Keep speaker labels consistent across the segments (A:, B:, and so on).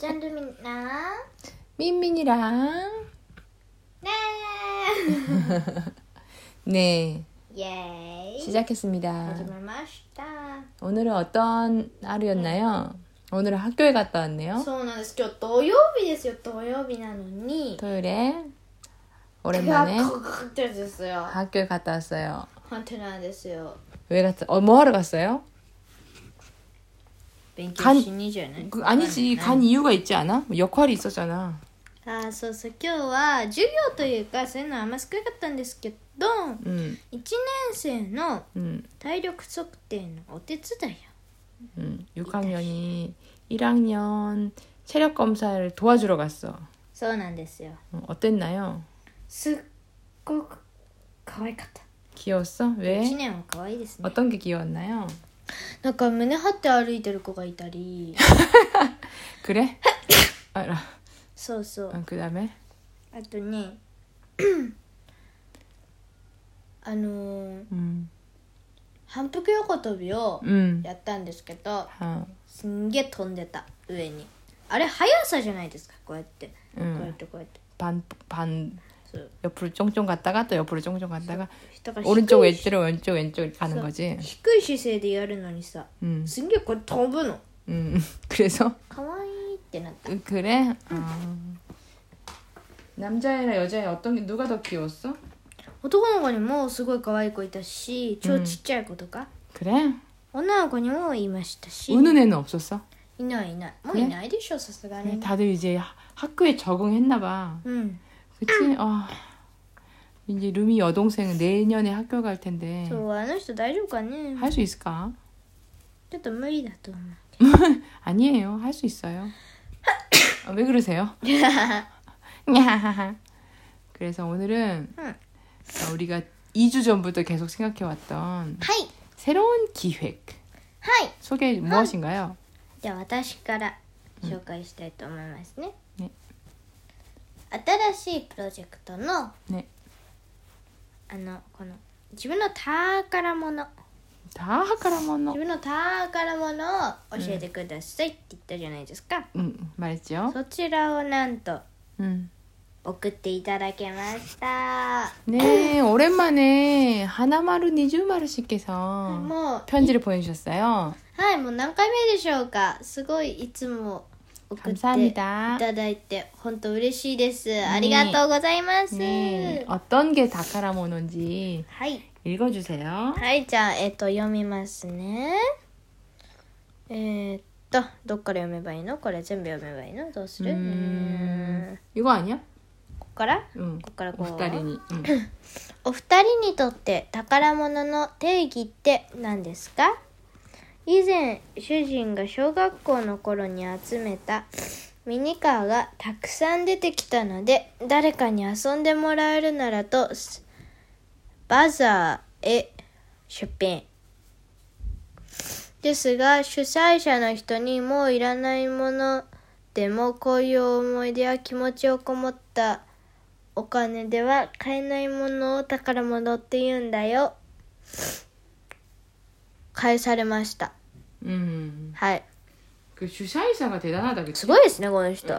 A: 짠두민랑
B: 민민이랑
A: 네.
B: 네
A: 예이.
B: 시작했습니다.
A: 정말 맛있다.
B: 오늘은 어떤 하루였나요? 오늘은 학교에 갔다 왔네요.
A: そうなんです。今日土曜日ですよ。土曜日なのに。
B: 토요일에
A: が
B: 오랜만에
A: かってるんですよ。
B: 학교에 갔다 왔어요.
A: 本当なんですよ。
B: 왜 갔어? 어, 뭐 하러 갔어요?
A: 勉強
B: 간
A: しにじゃない。
B: 그, 아니지 간 이유가 있지 않아? 뭐 역할이 있었잖아.
A: あー、そうそう。今日は授業というかそういうのはあんま少なかったんですけど、
B: 음,
A: 1年生の
B: 음,
A: 体力測定のお手伝いを
B: 음. 6학년이 1학년 체력 검사를 도와주러 갔어.
A: そうなんですよ。
B: 어, 어땠나요?
A: すっごく可愛かった。
B: 귀여웠어?
A: 1
B: 왜?
A: 年は可愛いですね。
B: 어떤 게 귀여웠나요?
A: なんか胸張って歩いてる子がいたり
B: 그래? 알아.
A: そうそう
B: 그 다음에
A: あとね あのー
B: 음,
A: 反復横跳びを
B: 음,
A: やったんですけど
B: 아,
A: すんげえ飛んでた上にあれ速さじゃないですかこうやってこうやっ
B: 음,
A: てこうやって
B: 반, 반
A: そう
B: 옆으로 쫑쫑 갔다가 또 옆으로 쫑쫑 갔다가
A: だから低い
B: 오른쪽 왼쪽 왼쪽 왼쪽 가는
A: 서-
B: 거지.
A: 低い姿勢でやるのにさ
B: 음,
A: すんげえこれ飛ぶの
B: 음, 그래서
A: かわいいってなった
B: 음, 그래. 아. 남자애랑 여자애 어떤 게 누가 더 귀여웠어?
A: 男の子にもすごい可愛い子いたし超ちっちゃい子とか、
B: 그래?
A: 女の子にもいましたし
B: 우는 애는 없었어?
A: いないいないもう
B: ね
A: いないでしょさすが
B: 그래,
A: に
B: 다들 이제 하- 학교에 적응했나 봐.
A: うん、
B: 그치? 아, 이제 루미 여동생은 내년에 학교 갈 텐데
A: そうあの人大丈夫かね
B: 할 수 있을까?
A: ちょっと無理だと思う
B: 아니에요. 할 수 있어요. 아, 왜 그러세요? 냐하하. 그래서 오늘은
A: 응.
B: 어, 우리가 2주 전부터 계속 생각해왔던
A: はい
B: 새로운 기획
A: はい
B: 소개 무엇인가요?
A: じゃあ私から紹介したいと思いますね、
B: うんね
A: 新しいプロジェクトの
B: 네,
A: あのこの自分の宝物
B: 다 어, 하카라모노.
A: 自分の宝物を教えてくださいって言ったじゃないですか、
B: 음, 말했죠.
A: そちらをなんと
B: 음.
A: 送っていただけました、
B: 네, 오랜만에 하나마루 니즈마루 씨께서
A: もう
B: 편지를 보내주셨어요.
A: はい、もう何回目でしょうか。すごいいつも送ってい
B: 감사합니다.
A: ただいて本当嬉しいです。ありがとうございます。
B: 네, 어떤 게 다카라모노인지
A: はい、
B: 읽어주세요.
A: はいじゃあえっ、と読みますね。えーっとどっから読めばいいの？これ全部読めばいいの？どうする？
B: うーん 이거 아니야?
A: ここから？
B: 응.
A: ここからこう。
B: 오프다리니. 응.
A: お二人にとって宝物の定義って何ですか以前主人が小学校の頃に集めたミニカーがたくさん出てきたので誰かに遊んでもらえるならとすバザーへ出品ですが主催者の人にもういらないものでもこういう思い出や気持ちをこもったお金では買えないものを宝物って言うんだよ返されました
B: 음.
A: はい
B: 그 주사이사가 대단하다
A: す
B: 그치?
A: ごいですねこの人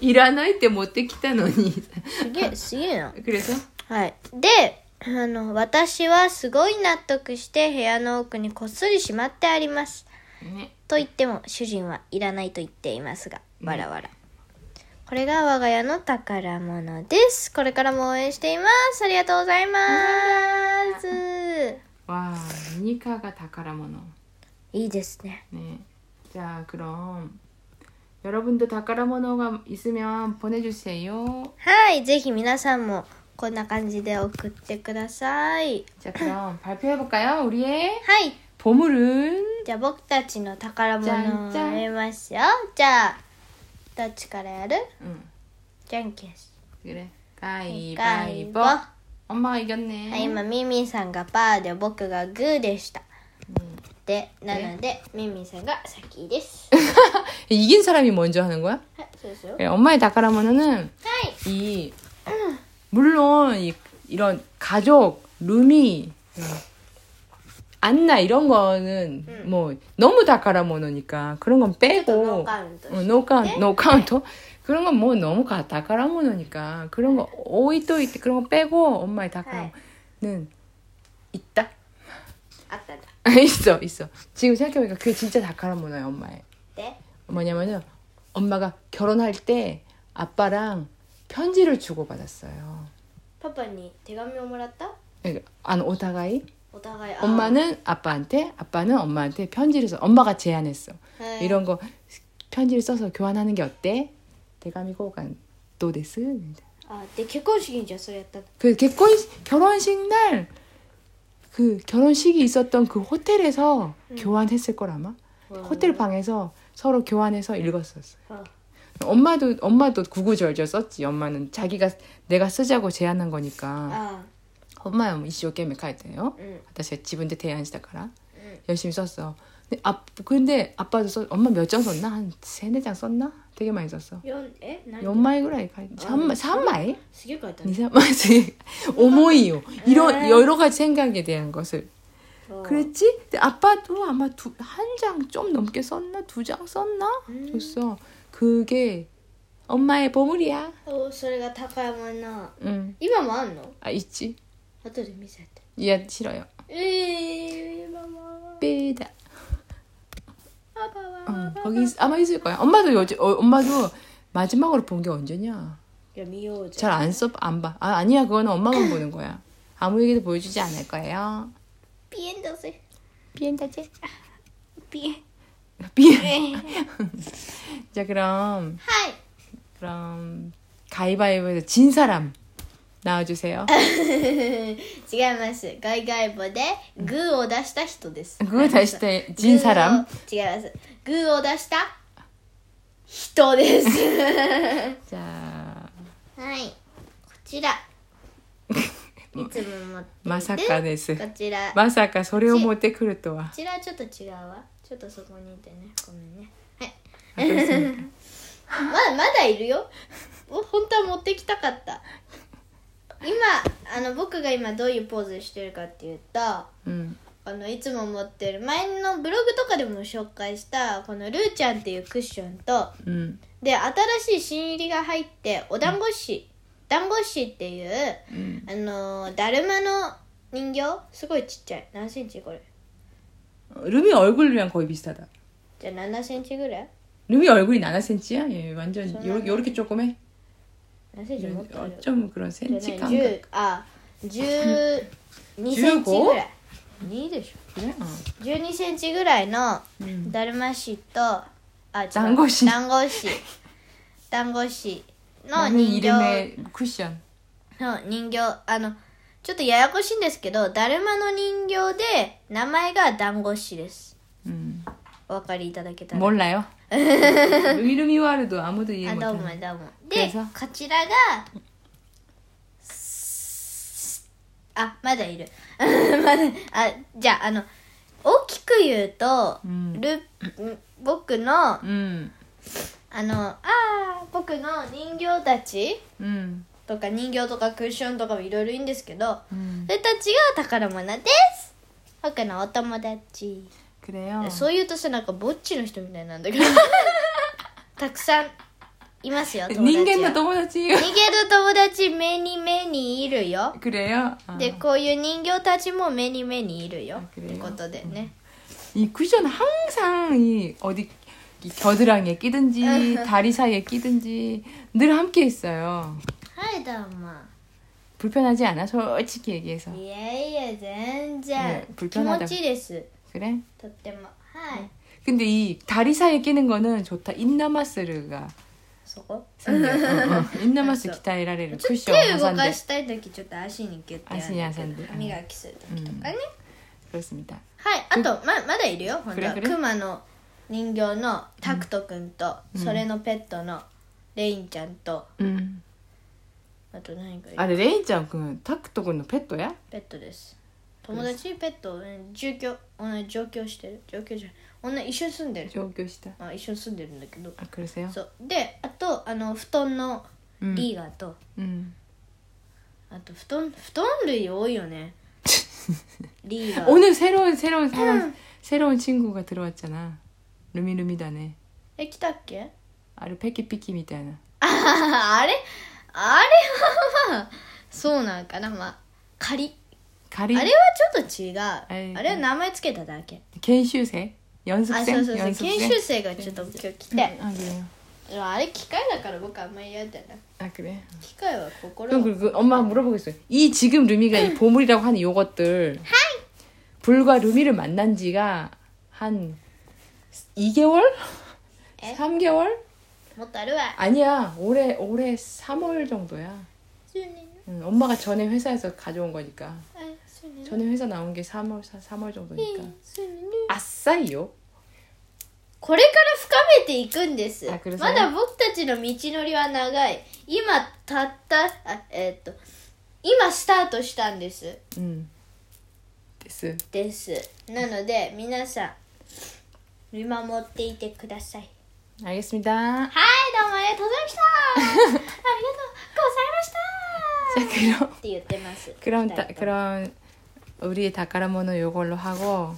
B: 일하나이 때 못되겠다노니
A: すげえすげえな
B: 그래서
A: はいであの私はすごい納得して部屋の奥にこっそりしまってあります
B: 네.
A: と言っても主人はいらないと言っていますが
B: うん
A: わらわら、これが我が家の宝物ですこれからも応援していますありがとうございます
B: 와 미니카가 다카라모노
A: いいですね
B: 네. 자 그럼 여러분도 다카라모노가 있으면 보내주세요
A: はい、ぜひ皆さんもこんな感じで送ってください。
B: 자 그럼 발표해볼까요 우리의
A: はい、
B: 보물은
A: じゃあ僕たちの宝物
B: じゃ
A: を
B: んじゃん
A: やりますよ。じゃあ、どっちからやる
B: 응
A: じゃんけんし。
B: 그래
A: 回
B: 가위바위보
A: は
B: 엄마가 이겼네
A: い、今、ミミさんがパーで僕がグーでした。
B: 음.
A: で、なので、ミミさんが先です。
B: 이긴 사람이 먼저 하는 거야?
A: はい、そうですよ。
B: 그래, 예, 엄마의 다카라모노는
A: はい、
B: 이 물론 이, 런 가족 루미 안나 이런 거는
A: 음.
B: 뭐 너무 다카라모노니까 그런 건
A: ちょっと
B: 빼고
A: ノーカウントして
B: 어, 노카운
A: 네?
B: 노카운트 그런 건 뭐 너무 가 다카라모노니까 그런 거 오이토 이때 그런 거 빼고 엄마의 다카라모는 있다
A: あったんだ
B: 있어 있어 지금 생각해보니까 그게 진짜 다카라모노야 엄마의
A: で
B: 뭐냐면은 엄마가 결혼할 때 아빠랑 편지를 주고 받았어요
A: パパに手紙をもらった
B: 안 오다가이
A: お互いあー
B: 엄마는 아빠한테 아빠는 엄마한테 편지를 써 엄마가 제안했어
A: へー
B: 이런 거 편지를 써서 교환하는 게 어때? 대감이 고간 도데스
A: あで結婚式にじゃあそれやったの
B: 그 개콘 결혼식 날 그 결혼식이 있었던 그 호텔에서
A: 음.
B: 교환했을 걸 아마 호텔 방에서 서로 교환해서 읽었었어요.
A: あ
B: 엄마도 엄마도 구구절절 썼지. 엄마는 자기가 내가 쓰자고 제안한 거니까
A: あ
B: 엄마는 이시오게임에 가야 돼요.
A: ーうん
B: 다시 지분대 대안시다가라
A: うん
B: 열심히 썼어. 근데, 아, 근데 아빠도 썼. 엄마 몇 장 썼나? 한 세네 장 썼나? 되게 많이 썼어.
A: よんえ何
B: 연말ぐらいかい
A: うん
B: 3, 3枚
A: すげえ書いた
B: 2, 3枚 네, 어머이요. 이런
A: 음.
B: 여러 가지 생각에 대한 것을
A: そう
B: 그랬지? 근데 아빠도 아마 한 장 좀 넘게 썼나? 두 장 썼나?
A: うん
B: 줬어. 그게 엄마의 보물이야.
A: おそれが高山な
B: 응.
A: 今もあんの
B: 아 있지.
A: 後で見せて
B: 얘 싫어요.
A: ええー、ママ
B: 빼다.
A: パパは
B: 어, 거기 있- 아마 있을 거야. 엄마도 요즘 어, 엄마도 마지막으로 본 게 언제냐?
A: いや見ようじ
B: 잘
A: ゃん
B: 안 써, 안 봐. 아, 아니야, 그거는 엄마만 보는 거야. 아무에게도 보여주지 않을 거예요.
A: ピエンだぜ
B: 비엔다제.
A: ピエン
B: 비엔.
A: は
B: 자, 그럼
A: い
B: 그럼 가위바위보에서 진 사람 나와주세요.
A: 違いますガイガイボでグーを出した人です
B: グー出した人サラン
A: グーを違いますグーを出した人 です
B: 자,
A: はいこち らいつも持って
B: 마사카
A: こ
B: 데스.
A: ちらこ
B: 마사카 소리오 모테 크루 또 와.
A: ちらちょっと違うわちょっとそこにいてねごめん ねはい
B: 아, 그렇습니까?
A: まだまだいるよお本当は持ってきたかった今あの僕が今どういうポーズしてるかっていうと
B: 음,
A: あのいつも持ってる前のブログとかでも紹介したこのルーちゃんっていうクッションと
B: 음,
A: で新しい新入りが入ってお団子師団子師っていう
B: 음.
A: あのだるまの人形すごいちっちゃい何センチこれ
B: 어, 루미 얼굴이랑 거의 비슷하다.
A: じゃあ7センチぐらい
B: 루미 얼굴이 7cm야? 예, 완전
A: 저는-
B: 요, 요렇게 조그매.
A: 何センチ持ってる
B: 어, 좀 그런
A: じゃあ
B: 센치
A: ね
B: 감각.
A: 10あ12センチぐらい2でし
B: 그래? 어.
A: ょ12センチぐらいの
B: 음.
A: だるま市とあ違う
B: 団子師
A: 団子師団子師の
B: 나는
A: 人形
B: 이름에 쿠션.
A: の人形あのちょっとややこしいんですけどだるまの人形で名前が団子師です
B: 음.
A: お分かりいただけたら
B: 몰라요. 루미루미 와르도 아무도
A: あ
B: 이해
A: どうも
B: 못해.
A: どうもで
B: どうぞ
A: こちらがすあまだいる まだあじゃああの大きく言うと、
B: 음.
A: ル僕の
B: 음.
A: あのあー僕の人形たち
B: 음.
A: とか人形とかクッションとかもいろいろいいんですけど
B: 음.
A: それたちが宝物です僕のお友達
B: 그래요.
A: そう言うとさなんかぼっちの人みたいなんだけ どたくさんいますよ友達は
B: 닌겐도 도모다치.
A: 人間の友達目に目にいるよ
B: 그래요. 아.
A: でこういう人形たちも目に目にいるよ
B: あ
A: ってことでね
B: 이 쿠션 항상 이 어디 이 겨드랑이에 끼든지 다리 사이에 끼든지 늘 함께 있어요.
A: はいどうも
B: 불편하지 않아? 솔직히 얘기해서.
A: いやいや全
B: ね
A: 然気
B: 불편하다
A: 持ちいいです
B: 그래?
A: とってもはい、
B: 근데 이 다리 사이에 끼는 거는 좋다. 인나마스르가
A: そこ
B: 생겨. 어, 어. 인나마스
A: 알았어.
B: 기타이라레를
A: ちょっと
B: 쿠션
A: 手動
B: 하산데.
A: かしたい時ちょっと足にギュッてやる
B: 足に挟んで
A: 歯磨きする時と
B: 음,
A: かね、
B: 그렇습니다.
A: はいあとままだいるよ本当は
B: くれくれ
A: クマの人形のタクト君と、それのペットのレインちゃんと
B: 음.
A: あと何かいる
B: 아, 네, 레인짱 그 타크토군의 펫도야?
A: ペットです友達ペットを、ね、住居同じ上京してる上京じゃない同じ一緒に住んでる
B: 조교시다.
A: あ一緒に住んでるんだけど
B: 아, 그러세요?
A: そうであとあの布団の
B: 음.
A: リーガーと、
B: 음.
A: あと布団布団類多いよね 리가
B: 오늘 새로운 새로운 새로운 새로운 친구가 들어왔잖아. 루미루미다네.
A: え来たっけ
B: あれペキピキみたいな。
A: あれあれはまあそうなんかなまあ仮あ
B: 仮
A: れはちょっと違う
B: い
A: あれは名前つけただけ
B: 研修生？四足
A: あ
B: 線？
A: そうそうそう研
B: 四足線
A: 修生がちょっと今日来て
B: うんあげよう
A: でもあれ機械だから僕あんまり嫌だな
B: 아 그래.
A: 機械は心
B: 그럼
A: を
B: 그, 그 엄마 물어보겠어요. 이 지금 루미가 이 보물이라고 하는 요것들. 불과 루미를 만난 지가 한 2개월?
A: 에?
B: 3개월?
A: もっとあるわ
B: 아니야. 올해 올해 3월 정도야.
A: 10年
B: 응, 엄마가 전에 회사에서 가져온 거니까.
A: あ10年
B: 전에 회사 나온 게 3월 3월 정도니까.
A: 10年
B: 아싸이요.
A: これから深めていくんです
B: あ苦しい
A: まだ僕たちの道のりは長い今たったあえーっと今スタートしたんです
B: 음. 됐어.
A: ですなので皆さん見守っていてください
B: 알겠습니다.
A: はいどうもありがとうございましたありがとうございました
B: 자 그럼
A: って言ってます二
B: 그럼
A: 人と
B: 다,
A: も
B: 그럼 우리의 다카라모노 요걸로 하고
A: は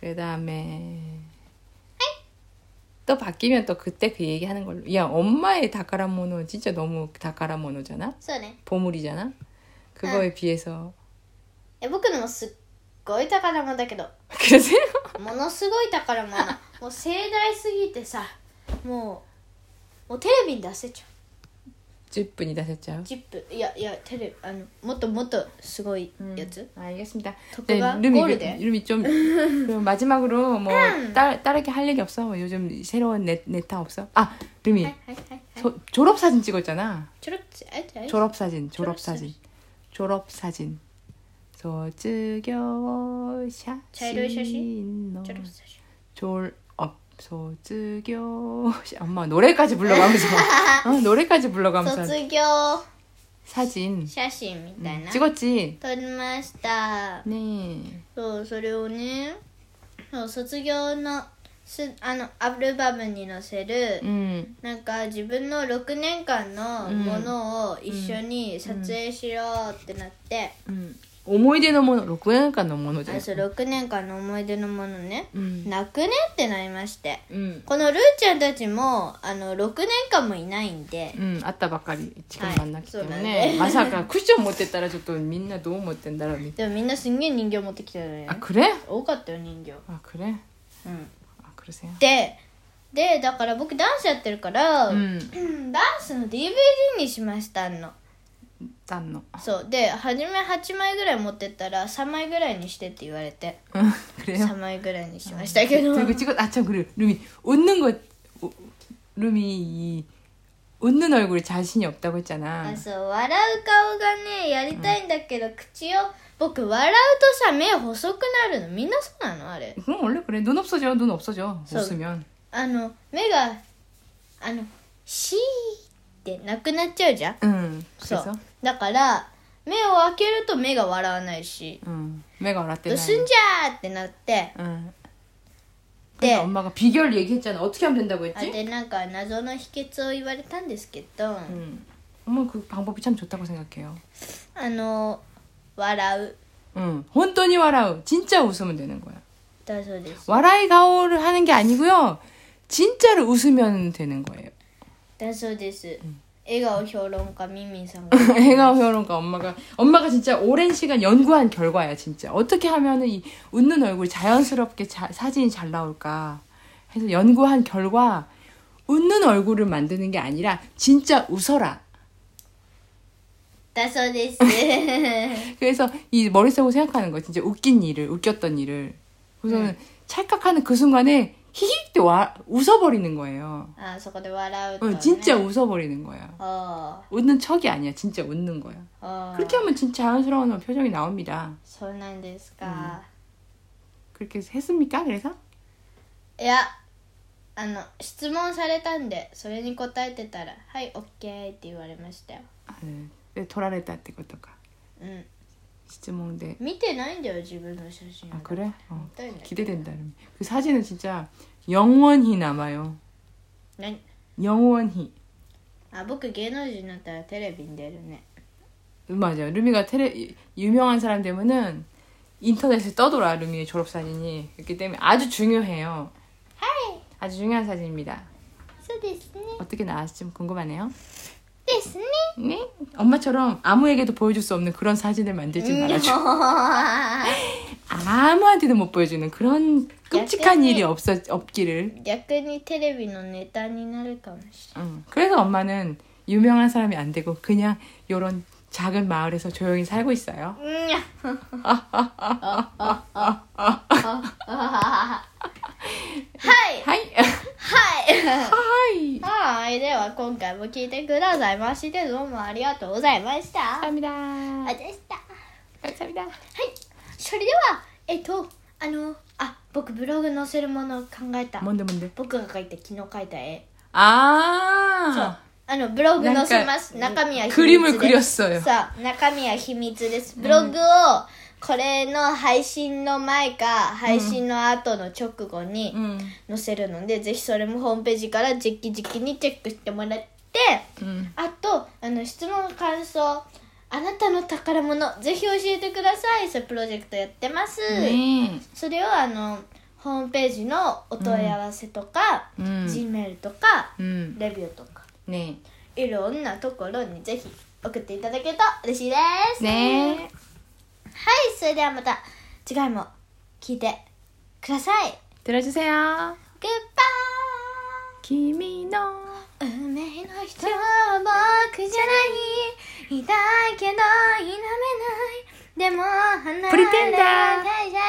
A: い
B: 그 다음에 또 바뀌면 또 그때 그 얘기하는 걸로 야 엄마의 다카라모노 진짜 너무 다카라모노잖아
A: そうね
B: 보물이잖아 그거에 비해서
A: え僕のもすっごい宝物だけど
B: 그러세요?
A: ものすごい宝 物もう盛大すぎてさもうもうテレビに出せちゃう
B: 10분이 다 됐죠
A: ジップいやいやテレビあのもっともっとすごいやつ、
B: 알겠습니다 네,
A: 독보가 골이래.
B: 루미 좀 그럼 마지막으로 뭐 따, 다르게 할 얘기 없어? 뭐 요즘 새로운 네, 네타 없어? 아 루미
A: はいはいはいはい
B: 조- 졸업사진 찍었잖아
A: ちょろっとあいつあいつ
B: 졸업사진,
A: 졸업사진.
B: 졸업사진, 졸업사진. 소즈교
A: 자유로운
B: 샤신
A: ちょろっと最初
B: 졸업 소즈교 샤- 엄마 노래까지 불러가면서 어, 노래까지 불러가면서
A: 卒業
B: 사진 음,
A: 写真みたいな、
B: 찍었지.
A: 撮りました、
B: 네.
A: そうそれをねそう卒業のすあのアルバムに載せる、
B: 음.
A: なんか自分の6年間のものを一緒に撮影しようってなって、
B: 음. 오모이데 노모노 로쿠엔간 노모노죠.
A: あそう6年間の思い出のものね、
B: 음.
A: なくねってなりまして
B: 음.
A: このルーちゃんたちもあの6年間もいないんで
B: 음, 아따 바까리 지금
A: 아이,
B: 만났기
A: 쏘네.
B: 때문에 마사가 쿠션 못 됐다라 저또 민나 너무 못 된다라 민.
A: でもみんなすんげえ人形持ってきてたのよ
B: 아 그래?
A: 多かったよ人形、
B: 아
A: う
B: 그래?
A: ん、
B: 아 그러세요?
A: ででだから僕ダンスやってるから、
B: 음.
A: ダンスの DVD にしましたの
B: 딴 너.
A: そうで初め8枚ぐらい持ってったら3枚ぐらいにしてって言われて
B: 응, 그래요.
A: 3枚ぐらいにしましたけど
B: 그리고 찍어 아참 그래. 루미 웃는 거 우- 루미 이 웃는 얼굴에 자신이 없다고
A: あ
B: 했잖아.
A: そう笑う顔がねやりたいんだけど、口を僕笑うとさ目細くなるのみんなそうなのあれ
B: 그럼 원래 그래. 눈 없어져. 눈 없어져.
A: 저-
B: 웃으면.
A: あの目があのシーってなくなっちゃうじゃん
B: 응.
A: そ
B: 그래서
A: うだから目を開けると目が笑わないし
B: 응. 내가 알았
A: 「ど
B: 대
A: すんじゃー!」ってなって、
B: 응.
A: で
B: 그래서 엄마가 비결 네. 얘기했잖아. 네. 어떻게 하면 된다고
A: あ
B: 했지?
A: でなんか謎の秘訣を言われたんですけど、
B: 응. 엄마 그 방법이 참 좋다고 생각해요.
A: あの笑う
B: 응. 혼돈이 와라우. 진짜 웃으면 되는 거야.
A: だそうです
B: 와라이 가오를 하는 게 아니고요. 진짜로 웃으면 되는 거예요.
A: だそうです、笑顔評論家ミミンさん が
B: 해가 회원과 엄마가 엄마가 진짜 오랜 시간 연구한 결과야 진짜 어떻게 하면은 이 웃는 얼굴 자연스럽게 자- 사진이 잘 나올까 해서 연구한 결과 웃는 얼굴을 만드는 게 아니라 진짜 웃어라
A: だそう です
B: 그래서 이 머릿속으로 생각하는 거야 진짜 웃긴 일을 웃겼던 일을 우선 는 찰칵하는 그 순간에 히히 때 와, 웃어버리는 거예요
A: あそこで笑うと、ね
B: 어, 진짜 웃어버리는 거야
A: ああ
B: 웃는 척이 아니야 진짜 웃는 거야
A: ああ
B: 그렇게 하면 진짜 자연스러운 표정이 나옵니다
A: そうなんですか、
B: 그렇게 했습니까 그래서?
A: いやあの質問されたんでそれに答えてたら「はいオッケー」って言われましたよ
B: あので撮られたってことか
A: うん
B: 質問で
A: 見てないんだよ自分の写真
B: あこれ、
A: 見
B: 뭐 어
A: たいんだけど
B: 기대된다 그럼. 그 사진은 진짜 영원히 남아요
A: 何
B: 영원히
A: あ僕芸能人になったらテレビに出るね
B: 맞아 루미가 테레 유명한 사람 되면은 인터넷에 떠돌아 루미의 졸업사진이 그렇기 때문에 아주 중요해요. 아주 중요한 사진입니다.
A: そうですね
B: 어떻게 나왔을지 좀 궁금하네요.
A: です ね
B: 네? 엄마처럼 아무에게도 보여줄 수 없는 그런 사진을
A: 음.
B: 만들지 말아줘. 아무한테도 못 보여주는 그런 끔찍한
A: 약간의-
B: 일이 없어 없기를.
A: 逆にテレビのネタになるかもし
B: 응. 그래서 엄마는 유명한 사람이 안 되고 그냥 요런 작은 마을에서 조용히 살고 있어요.
A: れないはい
B: 하이
A: はい
B: 하이
A: はいでは今回も聞いてくださいましてどうもありがとうございましたあ
B: 감사합니다.
A: でした
B: 감사합니다.
A: はいそれではえっとあのあ僕ブログ載せるものを考えた
B: 뭔데 뭔데?
A: 僕が描いた昨日描いた絵
B: 아
A: あのブログ載せます中身は秘密
B: 그림을
A: です
B: 그렸어요.
A: さあ中身は秘密ですブログをこれの配信の前か配信の後の直後に
B: 응.
A: 載せるので、ぜひそれもホームページから直々にチェックしてもらって
B: 응.
A: あとあの質問感想あなたの宝物ぜひ教えてくださいそういうプロジェクトやってます、
B: 네.
A: それをあのホームページのお問い合わせとか、
B: 음.
A: G メールとか、
B: 음.
A: レビューとか
B: 네.
A: いろんなところにぜひ送っていただけると嬉しいです
B: ね
A: はいそれではまた次回も聞いてください
B: 들어주세요.
A: グッ
B: 김이너
A: バイ運命の人は僕じゃないいたいけど否めないでも離れられない